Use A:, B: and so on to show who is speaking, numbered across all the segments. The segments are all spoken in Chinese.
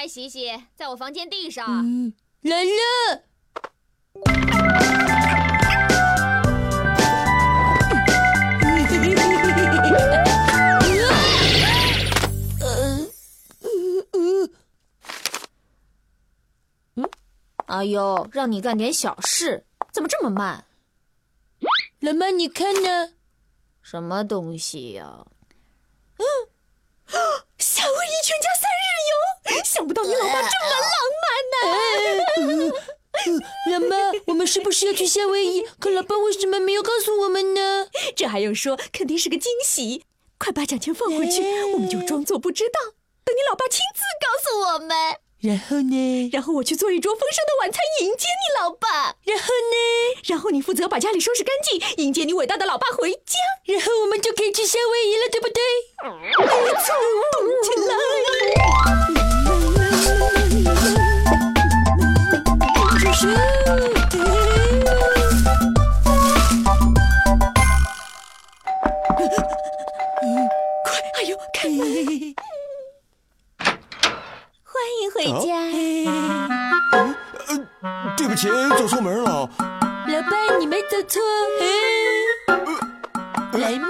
A: 哎西西，在我房间地上。
B: 嗯，来了。嗯
C: 哎呦，让你干点小事，怎么这么慢？
B: 老妈，你看呢？
C: 什么东西呀、
B: 嗯，夏威夷全家三日游，想不到你老爸这么浪漫呢、啊嗯嗯。老妈，我们是不是要去夏威夷？可老爸为什么没有告诉我们呢？
D: 这还用说，肯定是个惊喜。快把奖券放回去，哎、我们就装作不知道，等你老爸亲自告诉我们。
B: 然后呢？
D: 然后我去做一桌丰盛的晚餐迎接你老爸。
B: 然后呢？
D: 然后你负责把家里收拾干净，迎接你伟大的老爸回家。
B: 然后我们就可以去夏威夷了，对不对？
D: 没错，动起来！快，哎呦，开门！
A: 回家、
E: 啊呃。 对不起，走错门了。
B: 老伴，你没走错。哎、来嘛，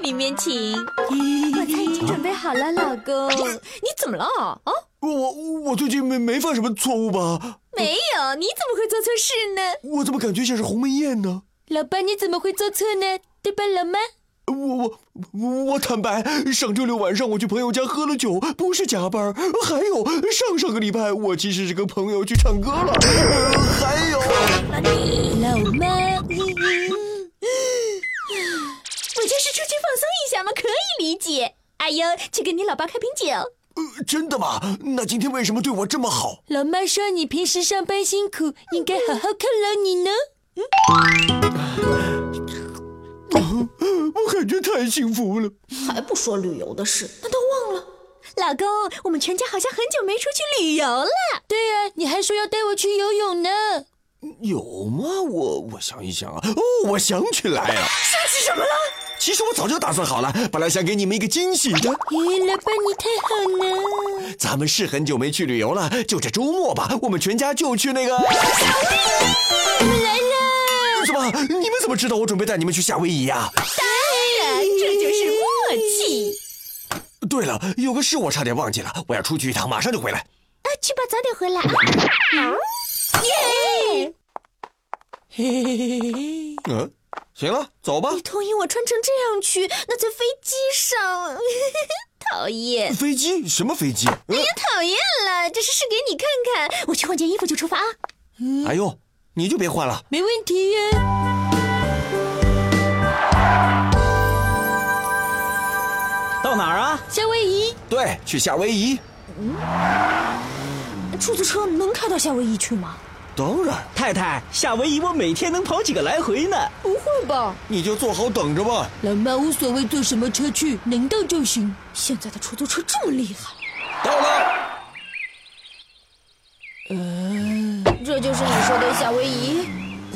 A: 里面请。我菜已经准备好了，老公。
C: 你怎么了？啊？
E: 我我最近没没犯什么错误吧？
A: 没有，你怎么会做错事
E: 呢？我怎么感觉像是鸿门宴呢？
B: 老伴，你怎么会做错呢？对吧，老妈？
E: 我我我坦白，上周六晚上我去朋友家喝了酒，不是加班。还有上上个礼拜，我其实是跟朋友去唱歌了。 呃、还有，呃
B: 老妈，我
A: 就是出去放松一下嘛，可以理解。哎呦，去跟你老爸开瓶酒。
E: 呃，真的吗？那今天为什么对我这么好？
B: 老妈说你平时上班辛苦，应该好好犒劳你呢。
E: 嗯我感觉太幸福了，
C: 还不说旅游的事，难道忘了？
D: 老公，我们全家好像很久没出去旅游了。
B: 对呀、啊，你还说要带我去游泳呢。
E: 有吗？我我想一想啊，哦，我想起来啊，
D: 想起什么了？
E: 其实我早就打算好了，本来想给你们一个惊喜的。
B: 咦，老爸你太好
E: 了。咱们是很久没去旅游了，就这周末吧，我们全家就去那个。
B: 我们来了。
E: 怎么？你们怎么知道我准备带你们去夏威夷呀、啊？
A: 当然，哎这就是默契。
E: 对了，有个事我差点忘记了，我要出去一趟，马上就回来。
A: 啊，去吧，早点回来啊！耶！
E: 嘿嘿嘿
B: 哎
E: 嘿嗯，行了，走吧。
D: 你同意我穿成这样去？那在飞机上，讨厌。
E: 飞机？什么飞机？
A: 哎呀，讨厌了！这是试给你看看。我去换件衣服就出发啊。
E: 嗯、哎呦。你就别换了，
B: 没问题呀。
F: 到哪儿啊？
B: 夏威夷。
E: 对，去夏威夷。
C: 嗯，出租车能开到夏威夷去吗？
E: 当然，
F: 太太，夏威夷我每天能跑几个来回呢？
C: 不会吧？
E: 你就坐好等着吧。
B: 老妈无所谓坐什么车去，能到就行。
C: 现在的出租车这么厉害。
E: 到了。
C: 呃。这就是你说的夏威夷，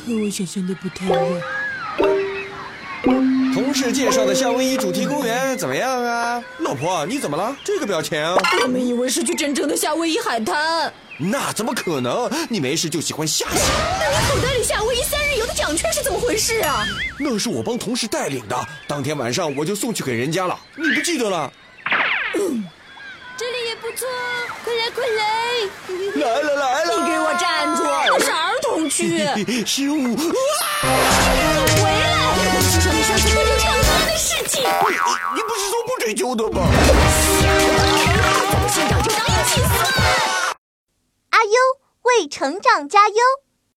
B: 和我想象的不太一样。
E: 同事介绍的夏威夷主题公园怎么样啊？老婆，你怎么了？这个表情、啊？
C: 我们以为是去真正的夏威夷海滩。
E: 那怎么可能？你没事就喜欢瞎想。
C: 那你口袋里夏威夷三日游的奖券是怎么回事啊？
E: 那是我帮同事代领的，当天晚上我就送去给人家了，你不记得了？
B: 嗯这里也不错，快来快来！
E: 来了来了！
C: 你给我站住！这是儿童区，
E: 失误！回
C: 来！我是说你上次追求唱歌的事情。
E: 你不是说不追求的吗？
C: 咱们现场就当一起死！
G: 阿优为成长加油！